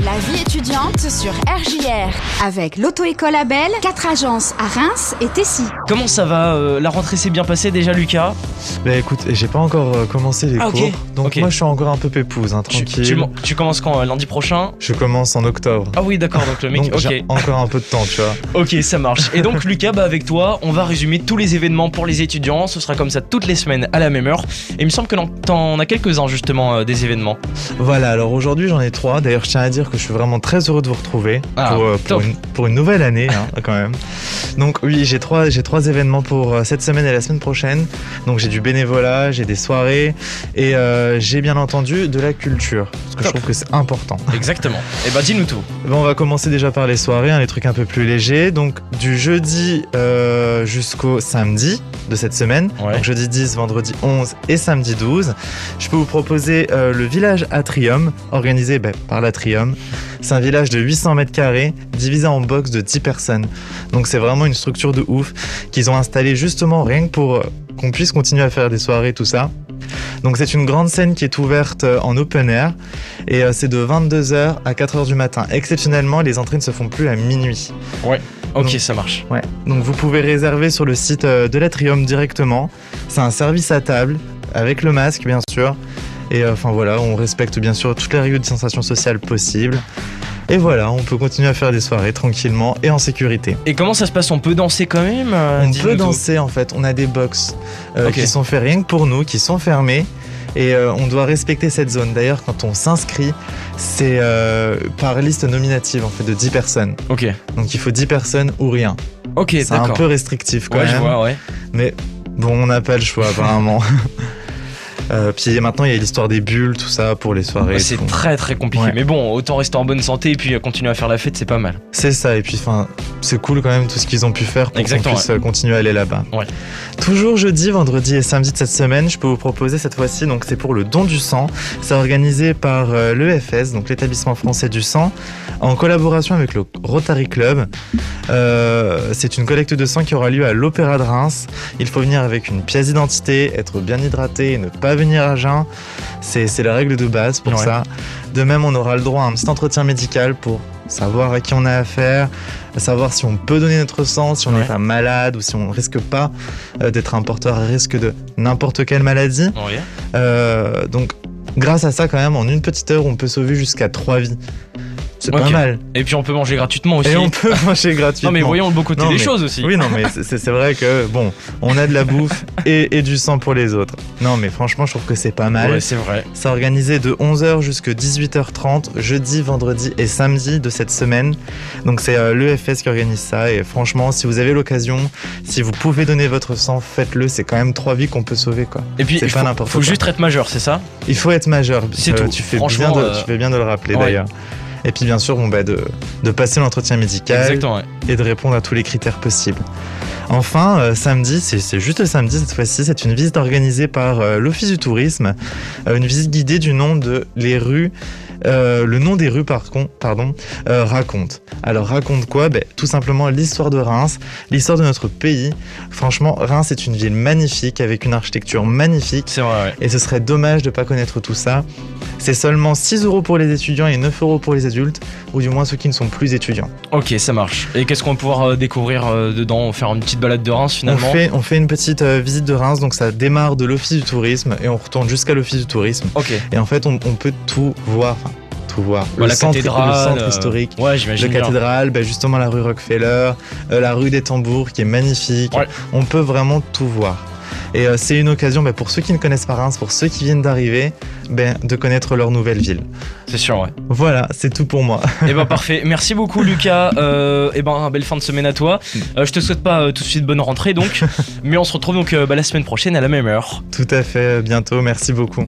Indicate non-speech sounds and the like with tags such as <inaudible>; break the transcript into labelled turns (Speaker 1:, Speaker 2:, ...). Speaker 1: La vie étudiante sur RJR avec l'auto-école Abel, quatre agences à Reims et Tessy.
Speaker 2: Comment ça va euh, La rentrée s'est bien passée déjà, Lucas
Speaker 3: Bah écoute, j'ai pas encore euh, commencé les
Speaker 2: Ah, ok.
Speaker 3: cours, donc
Speaker 2: Ok.
Speaker 3: moi je suis encore un peu pépouze, hein,
Speaker 2: tu,
Speaker 3: tranquille.
Speaker 2: tu m'en- tu commences quand euh, Lundi prochain
Speaker 3: Je commence en octobre.
Speaker 2: Ah oui, d'accord, donc le mec.
Speaker 3: donc
Speaker 2: ok, <laughs>
Speaker 3: j'ai encore un peu de temps, tu vois.
Speaker 2: ok, ça marche. Et donc, Lucas, bah, avec toi, on va résumer tous les événements pour les étudiants. Ce sera comme ça toutes les semaines à la même heure. Et il me semble que l'on- t'en as quelques-uns justement euh, des
Speaker 3: <laughs>
Speaker 2: événements.
Speaker 3: Voilà, alors aujourd'hui j'en ai trois. D'ailleurs, je tiens à dire que je suis vraiment très heureux de vous retrouver
Speaker 2: Ah,
Speaker 3: pour, euh, pour
Speaker 2: top.
Speaker 3: une, pour une nouvelle année,
Speaker 2: <laughs>
Speaker 3: hein, quand même. Donc oui, j'ai trois, j'ai trois événements pour euh, cette semaine et la semaine prochaine. Donc j'ai du bénévolat, j'ai des soirées et euh, j'ai bien entendu de la culture, parce que
Speaker 2: Top.
Speaker 3: je trouve que c'est important.
Speaker 2: Exactement. Et bah, dis-nous tout.
Speaker 3: Bon, Eh ben, on va commencer déjà par les soirées, hein, les trucs un peu plus légers. Donc du jeudi euh, jusqu'au samedi de cette semaine.
Speaker 2: Ouais.
Speaker 3: Donc jeudi 10, vendredi 11 et samedi 12. Je peux vous proposer euh, le village Atrium, organisé ben, par l'Atrium. C'est un village de 800 mètres carrés, divisé en box de 10 personnes. Donc c'est vraiment une structure de ouf qu'ils ont installée justement rien que pour euh, qu'on puisse continuer à faire des soirées, tout ça. Donc c'est une grande scène qui est ouverte euh, en open air et euh, c'est de 22h à 4h du matin. Exceptionnellement, les entrées ne se font plus à minuit.
Speaker 2: Ok,
Speaker 3: Donc-
Speaker 2: ça marche.
Speaker 3: Ouais. Donc vous pouvez réserver sur le site euh, de l'Atrium directement. C'est un service à table, avec le masque bien sûr. Et euh, enfin voilà, on respecte bien sûr toutes les règles de sensation sociale possibles. Et voilà, on peut continuer à faire des soirées tranquillement et en sécurité.
Speaker 2: Et comment ça se passe On peut danser quand même euh,
Speaker 3: on
Speaker 2: dis-nous
Speaker 3: peut
Speaker 2: tout.
Speaker 3: danser en fait, on a des box euh,
Speaker 2: Ok.
Speaker 3: qui sont faits rien que pour nous, qui sont fermées. Et euh, on doit respecter cette zone. D'ailleurs, quand on s'inscrit, c'est euh, par liste nominative en fait de 10 personnes.
Speaker 2: Ok,
Speaker 3: Donc il faut 10 personnes ou rien.
Speaker 2: ok,
Speaker 3: C'est un
Speaker 2: d'accord.
Speaker 3: peu restrictif quand
Speaker 2: Ouais, je
Speaker 3: même.
Speaker 2: vois, ouais.
Speaker 3: Mais bon, on n'a pas le choix apparemment. <laughs> Euh, puis maintenant, il y a l'histoire des bulles, tout ça pour les soirées.
Speaker 2: Ouais,
Speaker 3: et
Speaker 2: Bah, c'est
Speaker 3: tout.
Speaker 2: très très compliqué.
Speaker 3: Ouais.
Speaker 2: Mais bon, autant rester en bonne santé et puis euh, continuer à faire la fête, c'est pas mal.
Speaker 3: C'est ça, et puis enfin, c'est cool quand même tout ce qu'ils ont pu faire pour qu'on
Speaker 2: Exactement,
Speaker 3: puisse euh, continuer à aller là-bas.
Speaker 2: Ouais.
Speaker 3: Toujours jeudi, vendredi et samedi de cette semaine, je peux vous proposer cette fois-ci, donc c'est pour le don du sang. C'est organisé par euh, l'EFS, donc l'établissement français du sang, en collaboration avec le Rotary Club. Euh, c'est une collecte de sang qui aura lieu à l'Opéra de Reims. Il faut venir avec une pièce d'identité, être bien hydraté et ne pas venir à jeun. C'est c'est la règle de base pour
Speaker 2: Ouais.
Speaker 3: ça. De même, on aura le droit à un petit entretien médical pour savoir à qui on a affaire, savoir si on peut donner notre sang, si on n'est
Speaker 2: Ouais.
Speaker 3: pas malade ou si on ne risque pas euh, d'être un porteur à risque de n'importe quelle maladie.
Speaker 2: Ouais.
Speaker 3: Euh, donc, grâce à ça, quand même, en une petite heure, on peut sauver jusqu'à trois vies. C'est pas
Speaker 2: Ok.
Speaker 3: mal.
Speaker 2: Et puis on peut manger gratuitement aussi.
Speaker 3: Et on peut <laughs> manger gratuitement.
Speaker 2: Non mais voyons le beau côté
Speaker 3: Non,
Speaker 2: des
Speaker 3: mais-
Speaker 2: choses aussi.
Speaker 3: Oui, non, mais c'est- c'est c'est vrai que, bon, on a de la
Speaker 2: <laughs>
Speaker 3: bouffe et, et du sang pour les autres. Non, mais franchement, je trouve que c'est pas mal.
Speaker 2: Ouais, c'est vrai.
Speaker 3: C'est organisé de 11h jusqu'à 18h30, jeudi, vendredi et samedi de cette semaine. Donc c'est euh, l'EFS qui organise ça et franchement, si vous avez l'occasion, si vous pouvez donner votre sang, faites-le, c'est quand même trois vies qu'on peut sauver quoi.
Speaker 2: Et puis
Speaker 3: C'est
Speaker 2: il
Speaker 3: pas
Speaker 2: faut,
Speaker 3: n'importe
Speaker 2: faut
Speaker 3: quoi.
Speaker 2: juste être majeur, c'est ça
Speaker 3: Il faut être majeur,
Speaker 2: C'est tout.
Speaker 3: Tu fais, bien
Speaker 2: Franchement,
Speaker 3: de,
Speaker 2: euh,
Speaker 3: tu fais bien de le rappeler
Speaker 2: ouais.
Speaker 3: d'ailleurs. Et puis bien sûr, bon, bah, de, de passer l'entretien médical
Speaker 2: Exactement. ouais.
Speaker 3: et de répondre à tous les critères possibles. Enfin, euh, samedi, c'est c'est juste le samedi cette fois-ci, c'est une visite organisée par euh, l'Office du Tourisme, euh, une visite guidée du nom de les rues, euh, le nom des rues par con- pardon, euh, raconte. Alors raconte quoi Ben, Tout simplement l'histoire de Reims, l'histoire de notre pays. Franchement, Reims est une ville magnifique avec une architecture magnifique.
Speaker 2: C'est vrai. ouais.
Speaker 3: Et ce serait dommage de ne pas connaître tout ça. C'est seulement 6 euros pour les étudiants et 9 euros pour les adultes, ou du moins ceux qui ne sont plus étudiants.
Speaker 2: Ok, ça marche. Et qu'est-ce qu'on va pouvoir euh, découvrir euh, dedans Faire une petite balade de Reims
Speaker 3: On
Speaker 2: finalement.
Speaker 3: fait, on fait une petite euh, visite de Reims, donc ça démarre de l'office du tourisme et on retourne jusqu'à l'office du tourisme.
Speaker 2: Ok.
Speaker 3: Et en fait, on, on peut tout voir, enfin, tout voir.
Speaker 2: Bah, la
Speaker 3: le centre,
Speaker 2: cathédrale.
Speaker 3: le centre
Speaker 2: euh,
Speaker 3: historique,
Speaker 2: Ouais,
Speaker 3: la
Speaker 2: j'imagine. bien.
Speaker 3: cathédrale, bah, justement la rue Rockefeller, euh, la rue des Tambours qui est magnifique.
Speaker 2: Ouais.
Speaker 3: On peut vraiment tout voir. Et euh, c'est une occasion bah, pour ceux qui ne connaissent pas Reims, pour ceux qui viennent d'arriver, ben, de connaître leur nouvelle ville.
Speaker 2: C'est sûr, ouais.
Speaker 3: Voilà, c'est tout pour moi. <laughs>
Speaker 2: Et ben parfait. Merci beaucoup, Lucas. Euh, et ben, belle fin de semaine à toi. Euh, je te souhaite pas euh, tout de suite
Speaker 3: <laughs>
Speaker 2: bonne rentrée donc. mais on se retrouve donc euh, bah, la semaine prochaine à la même heure.
Speaker 3: tout à fait, bientôt, merci beaucoup.